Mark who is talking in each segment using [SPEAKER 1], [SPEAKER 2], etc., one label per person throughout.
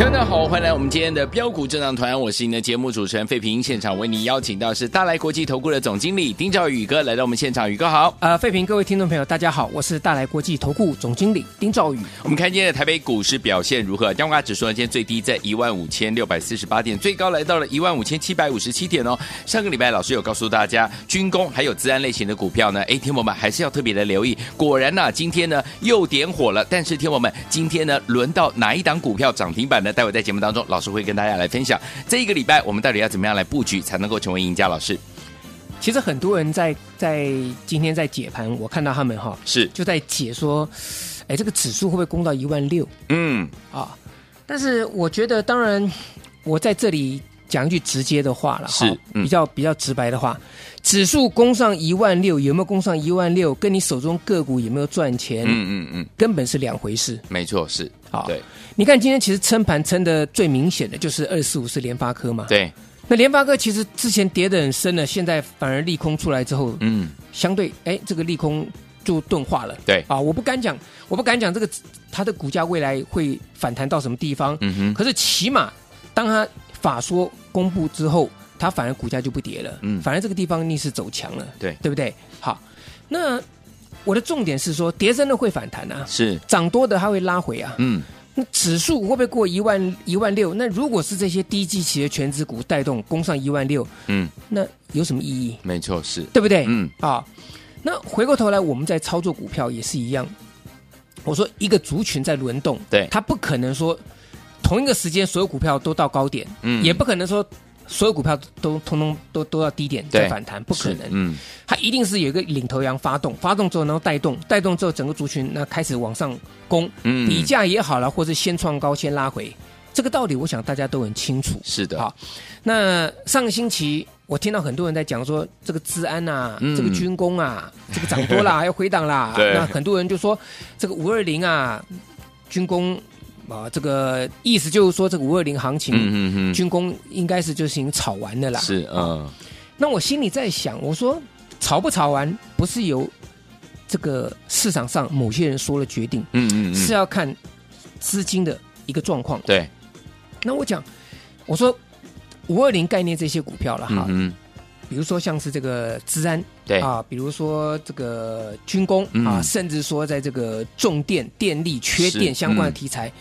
[SPEAKER 1] 大家好，欢迎来我们今天的标股智囊团，我是您的节目主持人费平。现场为您邀请到是大来国际投顾的总经理丁兆宇宇哥来到我们现场，宇哥好。
[SPEAKER 2] 呃，费平，各位听众朋友，大家好，我是大来国际投顾总经理丁兆宇。
[SPEAKER 1] 我们看今天的台北股市表现如何？央股指数呢，今天最低在一万五千六百四十八点，最高来到了一万五千七百五十七点哦。上个礼拜老师有告诉大家，军工还有自然类型的股票呢，哎，天友们还是要特别的留意。果然呢、今天呢又点火了，但是天友们，今天呢轮到哪一档股票涨停板呢？待会在节目当中，老师会跟大家来分享这一个礼拜我们到底要怎么样来布局才能够成为赢家。老师
[SPEAKER 2] 其实很多人在在今天在解盘，我看到他们哈、
[SPEAKER 1] 是，
[SPEAKER 2] 就在解说，哎，这个指数会不会攻到一万六
[SPEAKER 1] 嗯，
[SPEAKER 2] 啊？但是我觉得，当然，我在这里讲一句直接的话了哈
[SPEAKER 1] 是，嗯
[SPEAKER 2] 比较比较直白的话，指数攻上一万六，有没有攻上一万六，跟你手中个股有没有赚钱，
[SPEAKER 1] 嗯嗯嗯，
[SPEAKER 2] 根本是两回事。
[SPEAKER 1] 没错，是，
[SPEAKER 2] 好
[SPEAKER 1] 对
[SPEAKER 2] 你看今天其实撑盘撑的最明显的就是二四五是联发科嘛，
[SPEAKER 1] 对，
[SPEAKER 2] 那联发科其实之前跌得很深了，现在反而利空出来之后，
[SPEAKER 1] 嗯，
[SPEAKER 2] 相对哎这个利空就钝化了。
[SPEAKER 1] 对
[SPEAKER 2] 啊，我不敢讲，我不敢讲这个它的股价未来会反弹到什么地方。
[SPEAKER 1] 嗯哼，
[SPEAKER 2] 可是起码当它法说公布之后，它反而股价就不跌了，
[SPEAKER 1] 嗯
[SPEAKER 2] 反而这个地方逆势走强了，
[SPEAKER 1] 对
[SPEAKER 2] 对不对？好，那我的重点是说，跌深的会反弹啊，
[SPEAKER 1] 是，
[SPEAKER 2] 涨多的它会拉回啊，
[SPEAKER 1] 嗯，
[SPEAKER 2] 那指数会不会过一万一万六？那如果是这些低基期的全指股带动攻上一万六，
[SPEAKER 1] 嗯，
[SPEAKER 2] 那有什么意义？
[SPEAKER 1] 没错，是，
[SPEAKER 2] 对不对？
[SPEAKER 1] 嗯
[SPEAKER 2] 啊，那回过头来，我们在操作股票也是一样。我说一个族群在轮动，
[SPEAKER 1] 对
[SPEAKER 2] 它不可能说同一个时间所有股票都到高点，
[SPEAKER 1] 嗯
[SPEAKER 2] 也不可能说所有股票都通通都都到低点
[SPEAKER 1] 对
[SPEAKER 2] 再反弹，不可
[SPEAKER 1] 是
[SPEAKER 2] 能。
[SPEAKER 1] 嗯，
[SPEAKER 2] 它一定是有一个领头羊发动，发动之后然后带动，带动之后整个族群那开始往上攻，
[SPEAKER 1] 嗯
[SPEAKER 2] 比价也好了，或是先创高先拉回，这个道理我想大家都很清楚。
[SPEAKER 1] 是的，
[SPEAKER 2] 好，那上个星期我听到很多人在讲说，这个治安啊，
[SPEAKER 1] 嗯
[SPEAKER 2] 这个军工 啊，这个涨多啦，还要回档啦。
[SPEAKER 1] 对
[SPEAKER 2] 那很多人就说这个五二零啊，军工啊、这个意思就是说这个五二零行情。
[SPEAKER 1] 嗯嗯嗯，
[SPEAKER 2] 军工应该是就是已经炒完的啦，
[SPEAKER 1] 是嗯，
[SPEAKER 2] 那我心里在想，我说炒不炒完不是由这个市场上某些人说了决定，
[SPEAKER 1] 嗯嗯嗯，
[SPEAKER 2] 是啊要看资金的一个状况。
[SPEAKER 1] 对，
[SPEAKER 2] 那我讲，我说五二零概念这些股票了哈，
[SPEAKER 1] 嗯
[SPEAKER 2] 比如说像是这个资安
[SPEAKER 1] 哼，对，
[SPEAKER 2] 啊，比如说这个军工、
[SPEAKER 1] 哎嗯
[SPEAKER 2] 啊，甚至说在这个重电、电力缺
[SPEAKER 1] 是
[SPEAKER 2] 电相关的题材。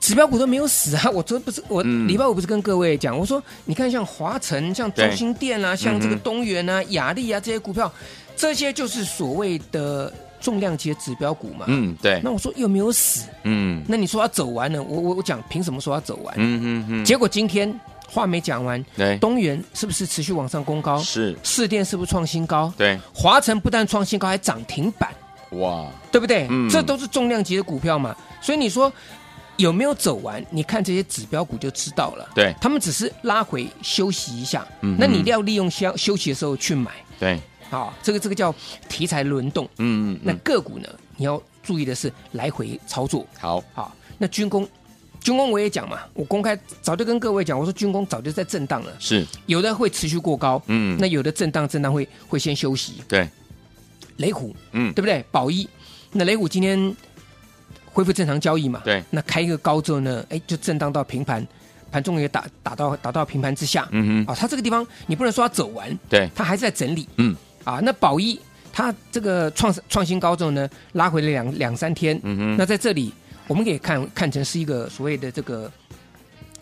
[SPEAKER 2] 指标股都没有死啊！ 我昨天不是我
[SPEAKER 1] 嗯
[SPEAKER 2] 礼拜五不是跟各位讲，我说你看像华晨、像
[SPEAKER 1] 对
[SPEAKER 2] 中兴电啊、像这个
[SPEAKER 1] 嗯哼
[SPEAKER 2] 东元啊、雅力啊这些股票，这些就是所谓的重量级的指标股嘛。
[SPEAKER 1] 嗯对，
[SPEAKER 2] 那我说又没有死，
[SPEAKER 1] 嗯
[SPEAKER 2] 那你说要走完呢？我我我讲凭什么说要走完？
[SPEAKER 1] 嗯嗯嗯，
[SPEAKER 2] 结果今天话没讲完，
[SPEAKER 1] 对，
[SPEAKER 2] 东元是不是持续往上攻高？
[SPEAKER 1] 是，
[SPEAKER 2] 市电是不是创新高？
[SPEAKER 1] 对，
[SPEAKER 2] 华晨不但创新高，还涨停板，
[SPEAKER 1] 哇，
[SPEAKER 2] 对不对？
[SPEAKER 1] 嗯
[SPEAKER 2] 这都是重量级的股票嘛。所以你说有没有走完？你看这些指标股就知道了。
[SPEAKER 1] 对
[SPEAKER 2] 他们只是拉回休息一下，
[SPEAKER 1] 嗯哼
[SPEAKER 2] 那你一定要利用休休息的时候去买
[SPEAKER 1] 对，
[SPEAKER 2] 啊、这个这个叫题材轮动。
[SPEAKER 1] 嗯嗯
[SPEAKER 2] 那
[SPEAKER 1] 嗯，
[SPEAKER 2] 个股呢，你要注意的是来回操作。
[SPEAKER 1] 好，
[SPEAKER 2] 好，那军工，军工我也讲嘛，我公开早就跟各位讲，我说军工早就在震荡了，
[SPEAKER 1] 是，
[SPEAKER 2] 有的会持续过高，
[SPEAKER 1] 嗯，
[SPEAKER 2] 那有的震荡震荡会会先休息。
[SPEAKER 1] 对，
[SPEAKER 2] 雷虎，
[SPEAKER 1] 嗯
[SPEAKER 2] 对不对？宝一，那雷虎今天恢复正常交易嘛？
[SPEAKER 1] 对
[SPEAKER 2] 那开一个高之后呢，哎，就震荡到平盘，盘中也打打到打到平盘之下。
[SPEAKER 1] 嗯哼，
[SPEAKER 2] 啊，它这个地方你不能说它走完，
[SPEAKER 1] 对，
[SPEAKER 2] 它还是在整理。
[SPEAKER 1] 嗯，
[SPEAKER 2] 啊，那宝一它这个创创新高之后呢，拉回了两两三天。
[SPEAKER 1] 嗯哼，
[SPEAKER 2] 那在这里我们可以看看成是一个所谓的这个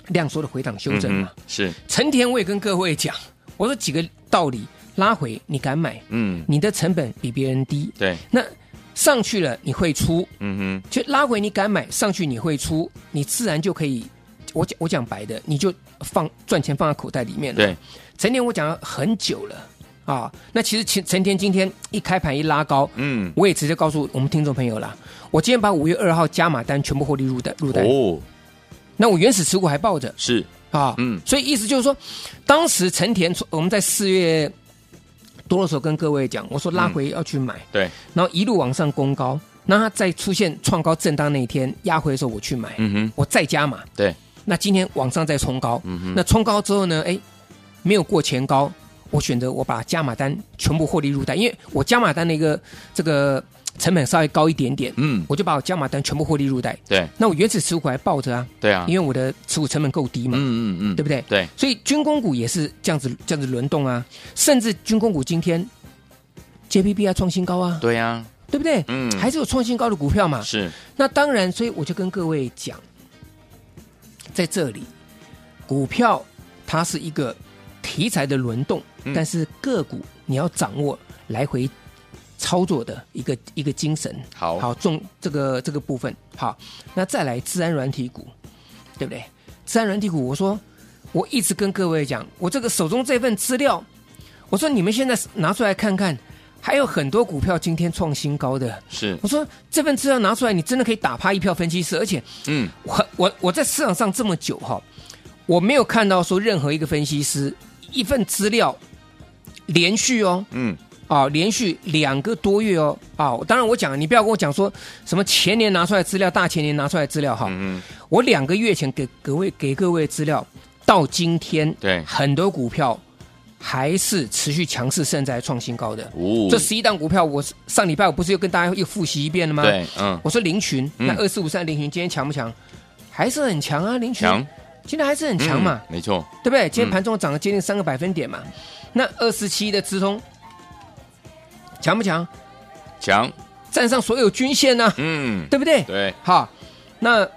[SPEAKER 2] 量缩的回档修正嘛。
[SPEAKER 1] 嗯哼是，
[SPEAKER 2] 成田我也跟各位讲，我说几个道理，拉回你敢买，
[SPEAKER 1] 嗯，
[SPEAKER 2] 你的成本比别人低，
[SPEAKER 1] 对，
[SPEAKER 2] 那上去了你会出，
[SPEAKER 1] 嗯哼，
[SPEAKER 2] 就拉回你敢买，上去你会出，你自然就可以我讲我讲白的，你就放赚钱放在口袋里面了。
[SPEAKER 1] 对，
[SPEAKER 2] 成田我讲了很久了啊，那其实成成田今天一开盘一拉高，
[SPEAKER 1] 嗯，
[SPEAKER 2] 我也直接告诉我们听众朋友啦，我今天把五月二号加码单全部获利入袋入袋，
[SPEAKER 1] 哦，
[SPEAKER 2] 那我原始持股还抱着
[SPEAKER 1] 是，
[SPEAKER 2] 啊，
[SPEAKER 1] 嗯
[SPEAKER 2] 所以意思就是说，当时成田哦我们在四月多的时候跟各位讲，我说拉回要去买，
[SPEAKER 1] 对，
[SPEAKER 2] 然后一路往上攻高，那它再出现创高震荡那一天压回的时候我去买，
[SPEAKER 1] 嗯哼，
[SPEAKER 2] 我再加码，
[SPEAKER 1] 对，
[SPEAKER 2] 那今天往上再冲高，
[SPEAKER 1] 嗯哼，
[SPEAKER 2] 那冲高之后呢？哎，没有过前高，我选择我把加码单全部获利入袋，因为我加码单的一个这个成本稍微高一点点，
[SPEAKER 1] 嗯，
[SPEAKER 2] 我就把我加码单全部获利入袋。
[SPEAKER 1] 对，
[SPEAKER 2] 那我原始持股还抱着啊，
[SPEAKER 1] 对啊，
[SPEAKER 2] 因为我的持股成本够低嘛，
[SPEAKER 1] 嗯嗯嗯，
[SPEAKER 2] 对不对？
[SPEAKER 1] 对，
[SPEAKER 2] 所以军工股也是这样子这样子轮动啊，甚至军工股今天 JPP 还创新高啊，
[SPEAKER 1] 对呀，
[SPEAKER 2] 对不对？
[SPEAKER 1] 嗯
[SPEAKER 2] 还是有创新高的股票嘛。
[SPEAKER 1] 是，
[SPEAKER 2] 那当然，所以我就跟各位讲，在这里，股票它是一个题材的轮动，
[SPEAKER 1] 嗯
[SPEAKER 2] 但是个股你要掌握来回操作的一个一个精神。
[SPEAKER 1] 好
[SPEAKER 2] 好，重这个这个部分。好，那再来自然软体股，对不对？自然软体股，我说我一直跟各位讲，我这个手中这份资料，我说你们现在拿出来看看，还有很多股票今天创新高的。
[SPEAKER 1] 是，
[SPEAKER 2] 我说这份资料拿出来，你真的可以打趴一票分析师，而且
[SPEAKER 1] 嗯，
[SPEAKER 2] 我我我在市场上这么久哈，我没有看到说任何一个分析师一份资料连续哦
[SPEAKER 1] 嗯，
[SPEAKER 2] 啊连续两个多月哦啊，当然我讲你不要跟我讲说什么前年拿出来资料，大前年拿出来资料哈，
[SPEAKER 1] 嗯，
[SPEAKER 2] 我两个月前给各位给各位资料，到今天
[SPEAKER 1] 对
[SPEAKER 2] 很多股票还是持续强势，甚至还创新高的。
[SPEAKER 1] 五，
[SPEAKER 2] 这十一档股票，我上礼拜我不是又跟大家又复习一遍了吗？
[SPEAKER 1] 对，嗯，
[SPEAKER 2] 我说林群，
[SPEAKER 1] 嗯
[SPEAKER 2] 那二四五三林群今天强不强？还是很强啊，林群
[SPEAKER 1] 强，
[SPEAKER 2] 今天还是很强嘛，
[SPEAKER 1] 嗯，没错，
[SPEAKER 2] 对不对？今天盘中涨了接近三个百分点嘛。那二四七的直通强不强？
[SPEAKER 1] 强，
[SPEAKER 2] 站上所有均线呢、
[SPEAKER 1] 嗯，
[SPEAKER 2] 对不对？
[SPEAKER 1] 对，
[SPEAKER 2] 好，那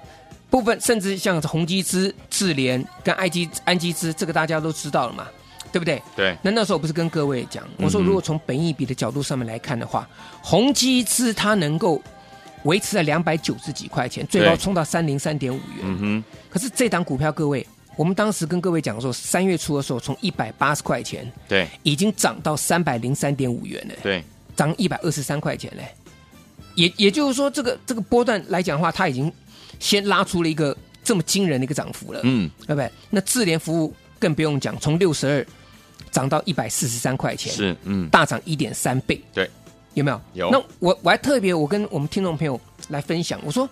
[SPEAKER 2] 部分甚至像宏基资、智联跟埃基安基资，这个大家都知道了嘛，对不对？
[SPEAKER 1] 对，
[SPEAKER 2] 那那时候我不是跟各位讲，我说
[SPEAKER 1] 嗯哼
[SPEAKER 2] 如果从本益比的角度上面来看的话，宏基资它能够维持在两百九十几块钱，最高
[SPEAKER 1] 对
[SPEAKER 2] 冲到三零三点五元。
[SPEAKER 1] 嗯哼，
[SPEAKER 2] 可是这档股票，各位，我们当时跟各位讲说，三月初的时候，从一百八十块钱
[SPEAKER 1] 对，
[SPEAKER 2] 已经涨到三百零三点五元了，
[SPEAKER 1] 对，
[SPEAKER 2] 涨一百二十三块钱嘞。也也就是说，这个这个波段来讲的话，它已经先拉出了一个这么惊人的一个涨幅了，
[SPEAKER 1] 嗯，
[SPEAKER 2] 对不对？那智联服务更不用讲，从六十二涨到一百四十三块钱，
[SPEAKER 1] 是，嗯，
[SPEAKER 2] 大涨一点三倍。
[SPEAKER 1] 对，
[SPEAKER 2] 有没有？
[SPEAKER 1] 有
[SPEAKER 2] 那我我还特别，我跟我们听众朋友来分享，我说，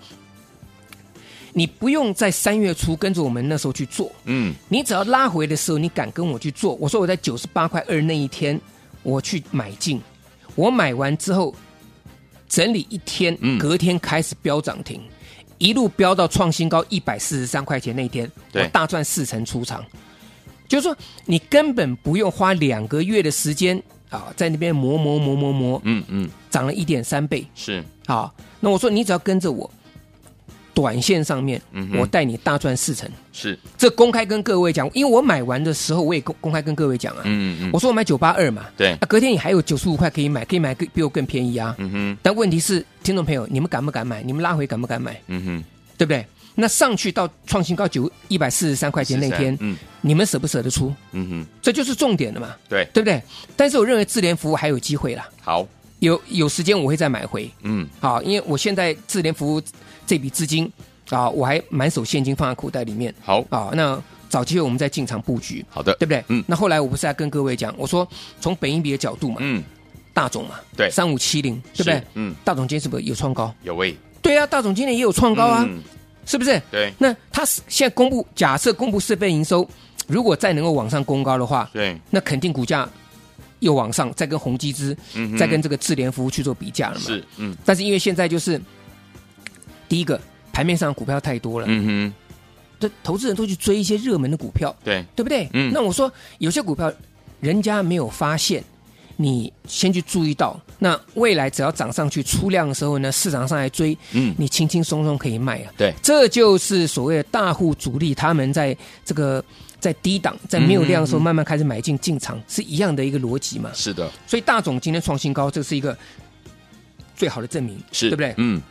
[SPEAKER 2] 你不用在三月初跟着我们那时候去做，
[SPEAKER 1] 嗯，
[SPEAKER 2] 你只要拉回的时候，你敢跟我去做。我说我在九十八块二那一天，我去买进，我买完之后整理一天，
[SPEAKER 1] 嗯
[SPEAKER 2] 隔天开始飙涨停。一路飙到创新高一百四十三块钱那一天，我
[SPEAKER 1] 对
[SPEAKER 2] 大赚四成出场。就是说，你根本不用花两个月的时间啊，在那边磨磨磨磨磨，
[SPEAKER 1] 嗯嗯，
[SPEAKER 2] 涨了一点三倍
[SPEAKER 1] 是，
[SPEAKER 2] 啊。那我说，你只要跟着我，短线上面
[SPEAKER 1] 嗯，哼
[SPEAKER 2] 我带你大赚四成。
[SPEAKER 1] 是，
[SPEAKER 2] 这公开跟各位讲，因为我买完的时候，我也公公开跟各位讲啊，
[SPEAKER 1] 嗯嗯，
[SPEAKER 2] 我说我买九八二嘛，
[SPEAKER 1] 对
[SPEAKER 2] 啊，隔天也还有九十五块可以买，可以买更比我更便宜啊。
[SPEAKER 1] 嗯哼，
[SPEAKER 2] 但问题是，听众朋友，你们敢不敢买？你们拉回敢不敢买？
[SPEAKER 1] 嗯哼，
[SPEAKER 2] 对不对？那上去到创新高九一百四十三块钱那天，
[SPEAKER 1] 嗯
[SPEAKER 2] 你们舍不舍得出？
[SPEAKER 1] 嗯哼，
[SPEAKER 2] 这就是重点了嘛，
[SPEAKER 1] 对，
[SPEAKER 2] 对不对？但是我认为智联服务还有机会啦，
[SPEAKER 1] 好，
[SPEAKER 2] 有有时间我会再买回
[SPEAKER 1] 嗯，
[SPEAKER 2] 啊，因为我现在智联服务这笔资金啊，我还满手现金放在口袋里面
[SPEAKER 1] 好，
[SPEAKER 2] 啊，那找机会我们再进场布局。
[SPEAKER 1] 好的，
[SPEAKER 2] 对不对？
[SPEAKER 1] 嗯
[SPEAKER 2] 那后来我不是还跟各位讲，我说从本益比的角度嘛，
[SPEAKER 1] 嗯，
[SPEAKER 2] 大总嘛，
[SPEAKER 1] 对
[SPEAKER 2] 三五七零，对不对
[SPEAKER 1] 是？嗯，
[SPEAKER 2] 大总今天是不是有创高？
[SPEAKER 1] 有位，
[SPEAKER 2] 对啊，大总今天也有创高啊，
[SPEAKER 1] 嗯
[SPEAKER 2] 是不是？
[SPEAKER 1] 对
[SPEAKER 2] 那它是现在公布，假设公布四份营收，如果再能够往上攻高的话，
[SPEAKER 1] 对，
[SPEAKER 2] 那肯定股价又往上，再跟宏基资，
[SPEAKER 1] 嗯哼
[SPEAKER 2] 再跟这个智联服务去做比价了嘛。。
[SPEAKER 1] 是，嗯
[SPEAKER 2] 但是因为现在就是第一个盘面上股票太多了，
[SPEAKER 1] 嗯哼，
[SPEAKER 2] 这投资人都去追一些热门的股票，
[SPEAKER 1] 对，
[SPEAKER 2] 对不对？
[SPEAKER 1] 嗯
[SPEAKER 2] 那我说有些股票人家没有发现，你先去注意到，那未来只要涨上去出量的时候呢，市场上来追，
[SPEAKER 1] 嗯，
[SPEAKER 2] 你轻轻松松可以卖啊。
[SPEAKER 1] 对
[SPEAKER 2] 这就是所谓的大户主力他们在这个在低档在没有量的时
[SPEAKER 1] 嗯
[SPEAKER 2] 候
[SPEAKER 1] 嗯嗯
[SPEAKER 2] 慢慢开始买进进场，是一样的一个逻辑嘛。
[SPEAKER 1] 是的，
[SPEAKER 2] 所以大总今天创新高，这是一个最好的证明，
[SPEAKER 1] 是，
[SPEAKER 2] 对不对？
[SPEAKER 1] 嗯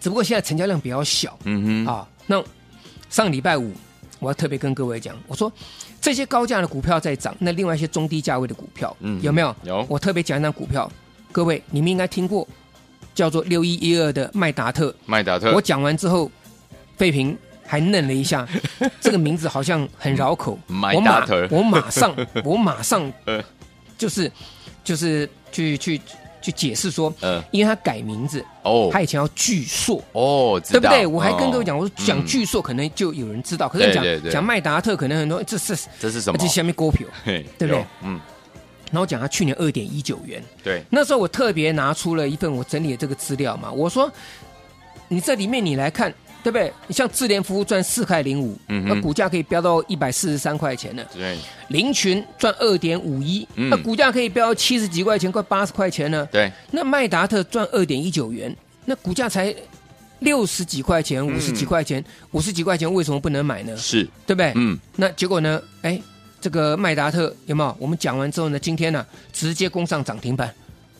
[SPEAKER 2] 只不过现在成交量比较小
[SPEAKER 1] 嗯哼，
[SPEAKER 2] 啊。那上礼拜五我要特别跟各位讲，我说这些高价的股票在涨，那另外一些中低价位的股票，
[SPEAKER 1] 嗯
[SPEAKER 2] 有没有？
[SPEAKER 1] 有
[SPEAKER 2] 我特别讲一张股票，各位你们应该听过，叫做六一一二的麦达特。
[SPEAKER 1] 麦达特
[SPEAKER 2] 我，讲完之后，费平还愣了一 下，这个名字好像很绕口。
[SPEAKER 1] 麦
[SPEAKER 2] 我
[SPEAKER 1] 达
[SPEAKER 2] 马
[SPEAKER 1] 特
[SPEAKER 2] 我马上 我马上
[SPEAKER 1] 呃
[SPEAKER 2] 就是就是去去去解释说，
[SPEAKER 1] 呃，
[SPEAKER 2] 因为他改名字，
[SPEAKER 1] 哦
[SPEAKER 2] 他，以前要巨硕。
[SPEAKER 1] 哦，知
[SPEAKER 2] 对
[SPEAKER 1] 道
[SPEAKER 2] 不对？我还跟各位，
[SPEAKER 1] 哦
[SPEAKER 2] 讲，我说讲
[SPEAKER 1] 嗯
[SPEAKER 2] 巨硕可能就有人知道，可
[SPEAKER 1] 对
[SPEAKER 2] 是
[SPEAKER 1] 对对
[SPEAKER 2] 讲讲麦达特，可能很多这是哎
[SPEAKER 1] 这是什么
[SPEAKER 2] 这？下面股票，
[SPEAKER 1] 对
[SPEAKER 2] 对不对？
[SPEAKER 1] 有嗯，
[SPEAKER 2] 然后讲他去年二点一九元，
[SPEAKER 1] 对，
[SPEAKER 2] 那时候我特别拿出了一份我整理的这个资料嘛，我说你这里面你来看，对不对？你像智联服务赚四块零五，
[SPEAKER 1] 嗯哼
[SPEAKER 2] 那股价可以飙到一百四十三块钱了；
[SPEAKER 1] 对，
[SPEAKER 2] 林群赚二点五一，
[SPEAKER 1] 嗯
[SPEAKER 2] 那股价可以飙到七十几块钱，快八十块钱了。
[SPEAKER 1] 对，
[SPEAKER 2] 那麦达特赚二点一九元，那股价才六十几块钱、五
[SPEAKER 1] 嗯
[SPEAKER 2] 十几块钱、五十几块钱，为什么不能买呢？
[SPEAKER 1] 是，
[SPEAKER 2] 对不对？
[SPEAKER 1] 嗯，
[SPEAKER 2] 那结果呢？哎，这个麦达特有没有？我们讲完之后呢，今天呢、直接攻上涨停板，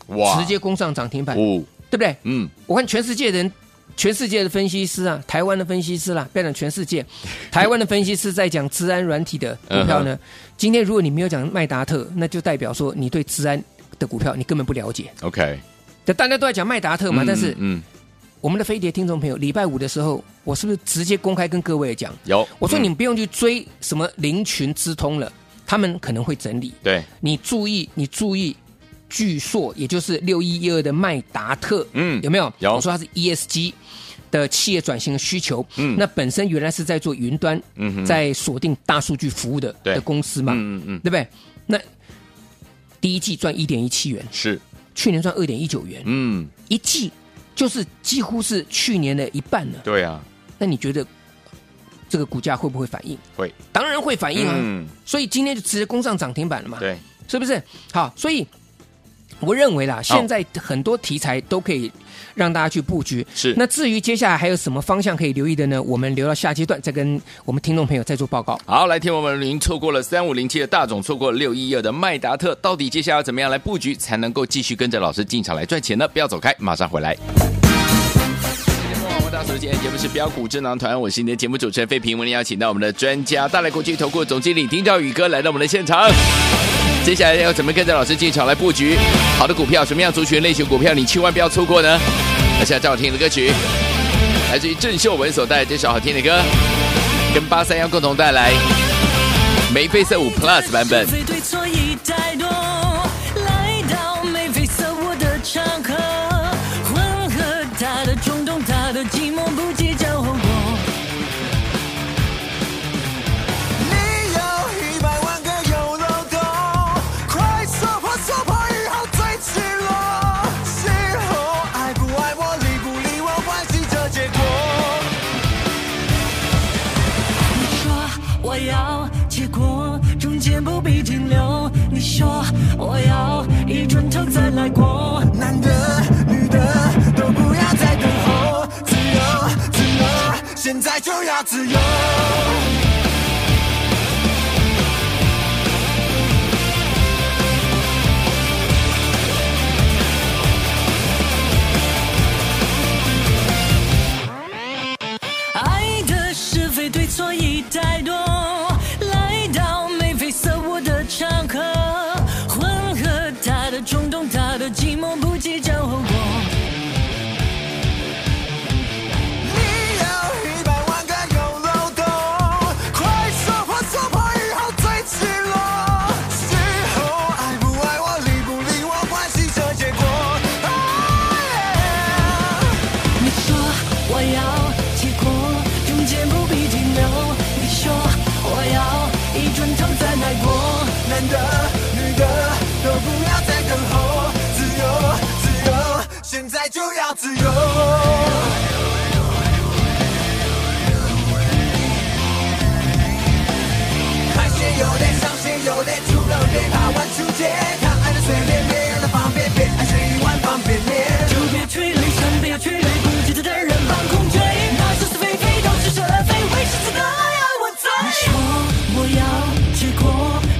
[SPEAKER 1] 哇，
[SPEAKER 2] 直接攻上涨停板，对
[SPEAKER 1] 哦，
[SPEAKER 2] 不对？
[SPEAKER 1] 嗯，
[SPEAKER 2] 我看全世界的人，全世界的分析师啊，台湾的分析师啦、不要讲全 世界，台湾的分析师在讲治安软体的股票
[SPEAKER 1] 嗯
[SPEAKER 2] 呢。今天如果你没有讲麦达特，那就代表说你对治安的股票你根本不了解。
[SPEAKER 1] OK，
[SPEAKER 2] 但大家都在讲麦达特嘛，
[SPEAKER 1] 嗯
[SPEAKER 2] 但是
[SPEAKER 1] 嗯，嗯
[SPEAKER 2] 我们的飞碟听众朋友，礼拜五的时候，我是不是直接公开跟各位讲？
[SPEAKER 1] 有，
[SPEAKER 2] 我说
[SPEAKER 1] 嗯
[SPEAKER 2] 你们不用去追什么林群之通了，他们可能会整理。
[SPEAKER 1] 对，
[SPEAKER 2] 你注意，你注意，巨硕也就是六一一二的麦达特，
[SPEAKER 1] 嗯
[SPEAKER 2] 有没有？
[SPEAKER 1] 有
[SPEAKER 2] 我说它是 ESG 的企业转型的需求，
[SPEAKER 1] 嗯
[SPEAKER 2] 那本身原来是在做云端，
[SPEAKER 1] 嗯哼
[SPEAKER 2] 在锁定大数据服务的
[SPEAKER 1] 对
[SPEAKER 2] 的公司嘛，
[SPEAKER 1] 嗯嗯嗯，
[SPEAKER 2] 对不对？那第一季赚一点一七元，
[SPEAKER 1] 是，
[SPEAKER 2] 去年赚二点一九元，
[SPEAKER 1] 嗯，
[SPEAKER 2] 一季就是几乎是去年的一半了。
[SPEAKER 1] 对啊，
[SPEAKER 2] 那你觉得这个股价会不会反应？
[SPEAKER 1] 会，
[SPEAKER 2] 当然会反应啊。
[SPEAKER 1] 嗯，
[SPEAKER 2] 所以今天就直接攻上涨停板了嘛，
[SPEAKER 1] 对，
[SPEAKER 2] 是不是？好，所以我认为啦，现在很多题材都可以让大家去布局。
[SPEAKER 1] 是，
[SPEAKER 2] 那至于接下来还有什么方向可以留意的呢？我们留到下阶段再跟我们听众朋友再做报告。
[SPEAKER 1] 好，来，听我们您错过了三五零七的大种，错过了六一二的麦达特，到底接下来要怎么样来布局才能够继续跟着老师进场来赚钱呢？不要走开，马上回来。大家好，今天节目是标股智囊团，我是你的节目主持人费平，为您邀请到我们的专家大来国际投顾总经理丁兆宇哥来到我们的现场。接下来要怎么跟着老师进场来布局好的股票，什么样族群类型股票你千万不要错过呢？那现在最好听的歌曲，来自于郑秀文所带来这首好听的歌，跟八三幺共同带来眉飞色舞 Plus 版本。
[SPEAKER 3] 非对错已太多，来到眉飞色舞的场合，混合他的冲动，他的寂寞，不计较后果。
[SPEAKER 4] 你有一百万个有漏洞，快说破说破以后最赤裸。事后爱不爱我，理不理我，欢喜这结果。
[SPEAKER 3] 你说我要结果，中间不必停留。你说我要一转头再来过。
[SPEAKER 4] 男的女的都不要再等候，自由自由，现在就要自由。
[SPEAKER 3] 爱的是非对错已太多，来到眉飞色舞的场合，混合他的冲动，他的寂寞，不计较后果。
[SPEAKER 4] 你有一百万个有漏洞，快说破说破以后最赤裸。事后爱不爱我，理不理我，关系这结果。
[SPEAKER 3] 你说我要结果，中间不必停留。你说我要一转头再来过。
[SPEAKER 4] 男的女的都不要再等候，自由自由，现在就要自由。开心有点伤心有点除了别怕玩出界，看爱的碎裂，别让它方便面，爱是一碗方便面。
[SPEAKER 3] 就别去理想，别去理不值得的人放空追，那是是非非都是是非，会是怎样我在。你说我要结果，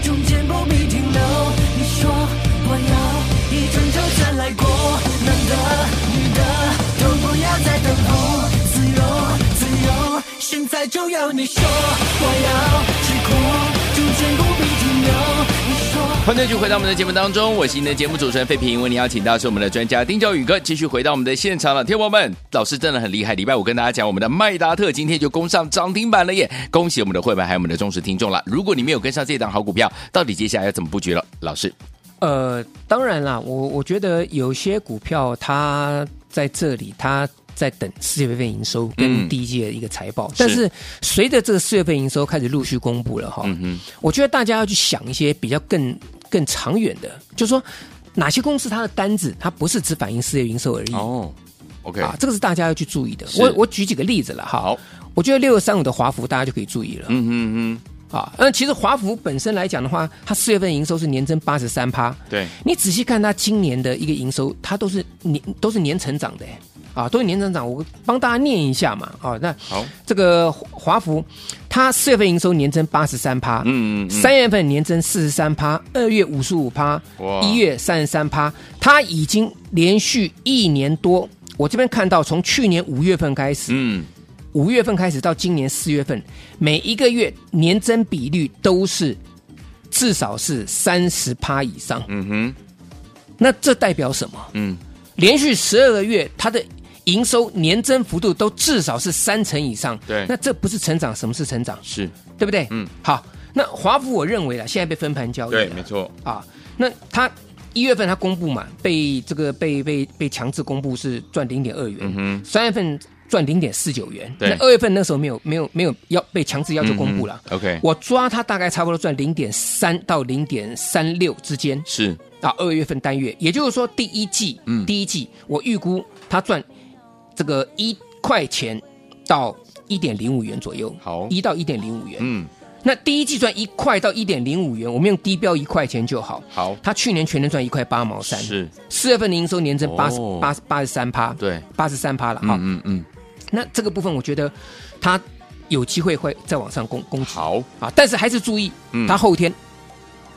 [SPEAKER 3] 中间不必停留。你说我要一转头再来过，男的女的都不要再等候，自由自由，现在就要你说我要。
[SPEAKER 1] 欢迎继续回到我们的节目当中，我是您的节目主持人费平，为您邀请到是我们的专家丁兆宇哥，继续回到我们的现场了。天宝们，老师真的很厉害，礼拜五跟大家讲，我们的麦达特今天就攻上涨停板了耶！恭喜我们的会员还有我们的忠实听众了。如果你没有跟上这档好股票，到底接下来要怎么布局了？老师，
[SPEAKER 2] 呃，当然啦，我我觉得有些股票它在这里，它在等四月份营收
[SPEAKER 1] 嗯
[SPEAKER 2] 跟第一季的一个财报，
[SPEAKER 1] 是
[SPEAKER 2] 但是随着这个四月份营收开始陆续公布了哈，
[SPEAKER 1] 嗯
[SPEAKER 2] 我觉得大家要去想一些比较更更长远的，就是说哪些公司它的单子它不是只反映四月营收而已。
[SPEAKER 1] 哼，哦，OK，
[SPEAKER 2] 啊，这个是大家要去注意的。
[SPEAKER 1] 是
[SPEAKER 2] 我我举几个例子了哈。
[SPEAKER 1] 好，
[SPEAKER 2] 我觉得六三五的华孚大家就可以注意了。
[SPEAKER 1] 嗯哼嗯
[SPEAKER 2] 啊，那其实华孚本身来讲的话，它四月份营收是年增八十三趴。
[SPEAKER 1] 对
[SPEAKER 2] 你仔细看它今年的一个营收，它都是年都是年成长的，哎啊，都是年成长。我帮大家念一下嘛，啊，那
[SPEAKER 1] 好
[SPEAKER 2] 这个华孚，它四月份营收年增八十三趴，
[SPEAKER 1] 嗯嗯嗯
[SPEAKER 2] 三月份年增四十三趴，二月五十五趴
[SPEAKER 1] 哇，
[SPEAKER 2] 一月三十三趴，它已经连续一年多。我这边看到，从去年五月份开始，
[SPEAKER 1] 嗯，
[SPEAKER 2] 五月份开始到今年四月份，每一个月年增比率都是至少是三十趴以上。
[SPEAKER 1] 嗯哼，
[SPEAKER 2] 那这代表什么？
[SPEAKER 1] 嗯，
[SPEAKER 2] 连续十二个月，它的营收年增幅度都至少是三成以上。
[SPEAKER 1] 对
[SPEAKER 2] 那这不是成长，什么是成长？
[SPEAKER 1] 是
[SPEAKER 2] 对不对？
[SPEAKER 1] 嗯，
[SPEAKER 2] 好。那华孚，我认为了，现在被分盘交易，
[SPEAKER 1] 对，没。错，
[SPEAKER 2] 啊，那它一月份它公布嘛，被这个被被被强制公布是赚零点二元，
[SPEAKER 1] 嗯
[SPEAKER 2] 三月份赚零点四九元，
[SPEAKER 1] 对
[SPEAKER 2] 那二月份那时候没有没有没有要被强制要求公布了、
[SPEAKER 1] 嗯哼，OK
[SPEAKER 2] 我抓它大概差不多赚零点三到零点三六之间
[SPEAKER 1] 是
[SPEAKER 2] 啊，二月份单月，也就是说第一季，
[SPEAKER 1] 嗯
[SPEAKER 2] 第一季我预估它赚这个一块钱到一点零五元左右，
[SPEAKER 1] 好
[SPEAKER 2] 一到一点零五元，
[SPEAKER 1] 嗯，
[SPEAKER 2] 那第一季赚一块到一点零五元，我们用低标一块钱就好。
[SPEAKER 1] 好
[SPEAKER 2] 它去年全年赚一块八毛三，
[SPEAKER 1] 是，
[SPEAKER 2] 四月份的营收年增八十
[SPEAKER 1] 哦
[SPEAKER 2] 八八十三趴，
[SPEAKER 1] 对，
[SPEAKER 2] 八十三趴了哈。
[SPEAKER 1] 嗯嗯嗯，
[SPEAKER 2] 那这个部分我觉得它有机会会再往上攻攻击
[SPEAKER 1] 好
[SPEAKER 2] 啊，但是还是注意
[SPEAKER 1] 嗯
[SPEAKER 2] 它后天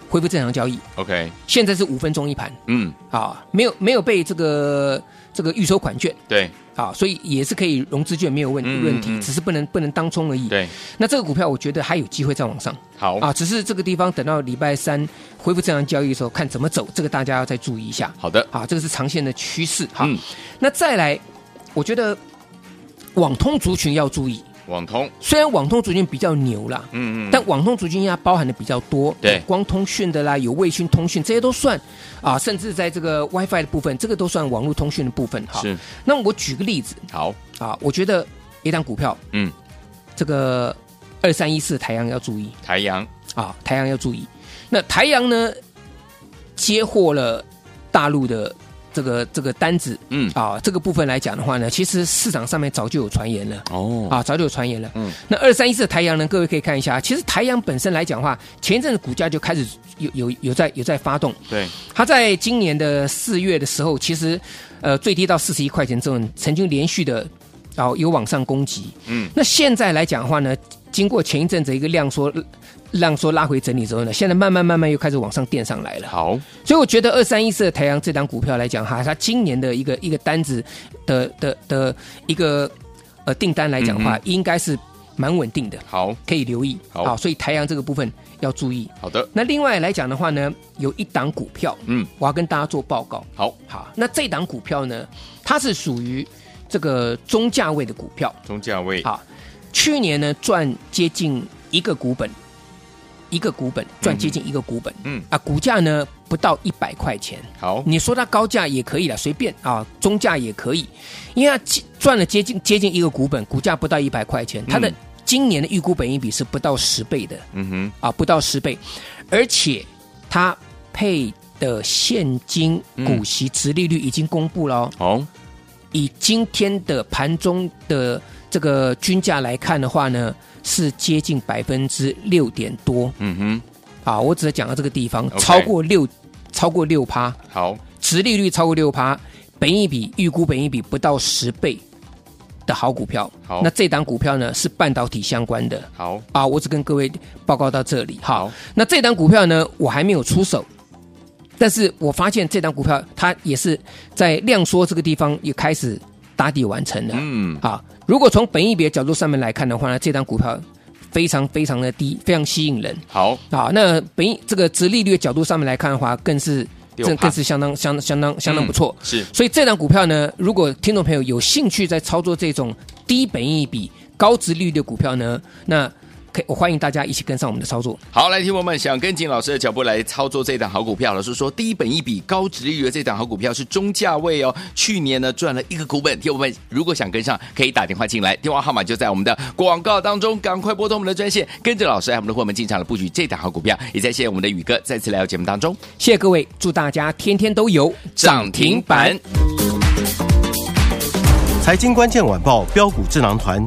[SPEAKER 2] 恢复正常交易，
[SPEAKER 1] ，OK，
[SPEAKER 2] 现在是五分钟一盘
[SPEAKER 1] 嗯，
[SPEAKER 2] 啊，没有没有被这个这个预收款券
[SPEAKER 1] 对
[SPEAKER 2] 啊，所以也是可以融资券没有问
[SPEAKER 1] 嗯嗯
[SPEAKER 2] 问题，
[SPEAKER 1] 嗯
[SPEAKER 2] 只是不能不能当冲而已。
[SPEAKER 1] 对，
[SPEAKER 2] 那这个股票我觉得还有机会再往上。
[SPEAKER 1] 好
[SPEAKER 2] 啊，只是这个地方等到礼拜三恢复正常交易的时候，看怎么走，这个大家要再注意一下。
[SPEAKER 1] 好的，
[SPEAKER 2] 啊好，这个是长线的趋势。好，
[SPEAKER 1] 嗯
[SPEAKER 2] 那再来，我觉得网通族群要注意，
[SPEAKER 1] 网通，
[SPEAKER 2] 虽然网通族群比较牛啦，
[SPEAKER 1] 嗯嗯，
[SPEAKER 2] 但网通族群它包含的比较多，
[SPEAKER 1] 对
[SPEAKER 2] 有光通讯的啦，有卫星通讯这些都算啊，甚至在这个 WiFi 的部分，这个都算网络通讯的部分。哈
[SPEAKER 1] 是，
[SPEAKER 2] 那我举个例子
[SPEAKER 1] 好，
[SPEAKER 2] 啊，我觉得一档股票，
[SPEAKER 1] 嗯，
[SPEAKER 2] 这个二三一四台阳要注意。
[SPEAKER 1] 台阳，
[SPEAKER 2] 啊，台阳要注意。那台阳呢，接获了大陆的这个这个单子
[SPEAKER 1] 嗯，
[SPEAKER 2] 啊，这个部分来讲的话呢，其实市场上面早就有传言了。
[SPEAKER 1] 哦，
[SPEAKER 2] 啊，早就有传言了。
[SPEAKER 1] 嗯
[SPEAKER 2] 嗯，那二三一四的台阳呢？各位可以看一下，其实台阳本身来讲的话，前一阵子股价就开始有有有在有在发动。
[SPEAKER 1] 对，
[SPEAKER 2] 它在今年的四月的时候，其实呃最低到四十一块钱之后，曾经连续的然后有往上攻击。
[SPEAKER 1] 嗯，
[SPEAKER 2] 那现在来讲的话呢，经过前一阵子一个量缩。量缩拉回整理之后呢，现在慢慢慢慢又开始往上垫上来了。
[SPEAKER 1] 好，
[SPEAKER 2] 所以我觉得二三一四的台阳这档股票来讲哈，它今年的一个一个单子的的的一个呃订单来讲的话，应该是蛮稳定的，
[SPEAKER 1] 好，
[SPEAKER 2] 可以留意。
[SPEAKER 1] 嗯好
[SPEAKER 2] 所以台阳这个部分要注意。
[SPEAKER 1] 好的，
[SPEAKER 2] 那另外来讲的话呢，有一档股票，
[SPEAKER 1] 嗯，
[SPEAKER 2] 我要跟大家做报告。
[SPEAKER 1] 好，
[SPEAKER 2] 好，那这档股票呢，它是属于这个中价位的股票。
[SPEAKER 1] 中价位，
[SPEAKER 2] 好，去年呢赚接近一个股本，一个股本赚接近一个股本。
[SPEAKER 1] 嗯
[SPEAKER 2] 啊，股价呢不到一百块钱。
[SPEAKER 1] 好，
[SPEAKER 2] 你说它高价也可以了，随便啊，中价也可以，因为它接赚了接近接近一个股本，股价不到一百块钱，它的
[SPEAKER 1] 嗯
[SPEAKER 2] 今年的预估本益比是不到十倍的
[SPEAKER 1] 嗯
[SPEAKER 2] 啊，不到十倍，而且它配的现金股息值利率已经公布了、哦
[SPEAKER 1] 哼，好，
[SPEAKER 2] 以今天的盘中的这个均价来看的话呢，是接近百分之六点多
[SPEAKER 1] 嗯
[SPEAKER 2] 啊，我只是讲到这个地方
[SPEAKER 1] OK
[SPEAKER 2] 超过六超过六趴。
[SPEAKER 1] 哼，好，
[SPEAKER 2] 殖利率超过六趴，本益比预估本益比不到十倍的好股票。
[SPEAKER 1] 好
[SPEAKER 2] 那这档股票呢是半导体相关的
[SPEAKER 1] 好，
[SPEAKER 2] 啊，我只跟各位报告到这里。
[SPEAKER 1] 好，
[SPEAKER 2] 那这档股票呢，我还没有出手。但是我发现这档股票它也是在量缩这个地方也开始打底完成了、
[SPEAKER 1] 嗯，
[SPEAKER 2] 啊。如果从本益比的角度上面来看的话呢，这档股票非常非常的低，非常吸引人
[SPEAKER 1] 好，
[SPEAKER 2] 啊。那本益这个值利率的角度上面来看的话，更是
[SPEAKER 1] 六
[SPEAKER 2] 这
[SPEAKER 1] 趴
[SPEAKER 2] 更是相当相相当
[SPEAKER 1] 嗯
[SPEAKER 2] 相当不错。
[SPEAKER 1] 是
[SPEAKER 2] 所以这档股票呢，如果听众朋友有兴趣在操作这种低本益比、高值利率的股票呢，那可以我欢迎大家一起跟上我们的操作。
[SPEAKER 1] 好，来，听众们想跟紧老师的脚步来操作这档好股票。老师说，第一本一笔高值利率的这档好股票是中价位哦，去年呢赚了一个股本。听众们如果想跟上，可以打电话进来，电话号码就在我们的广告当中，赶快拨通我们的专线，跟着老师还有我们的伙伴们进场来布局这档好股票。也再谢谢我们的宇哥再次来到节目当中，
[SPEAKER 2] 谢谢各位，祝大家天天都有
[SPEAKER 1] 涨停板。
[SPEAKER 5] 财经关键晚报标股智囊团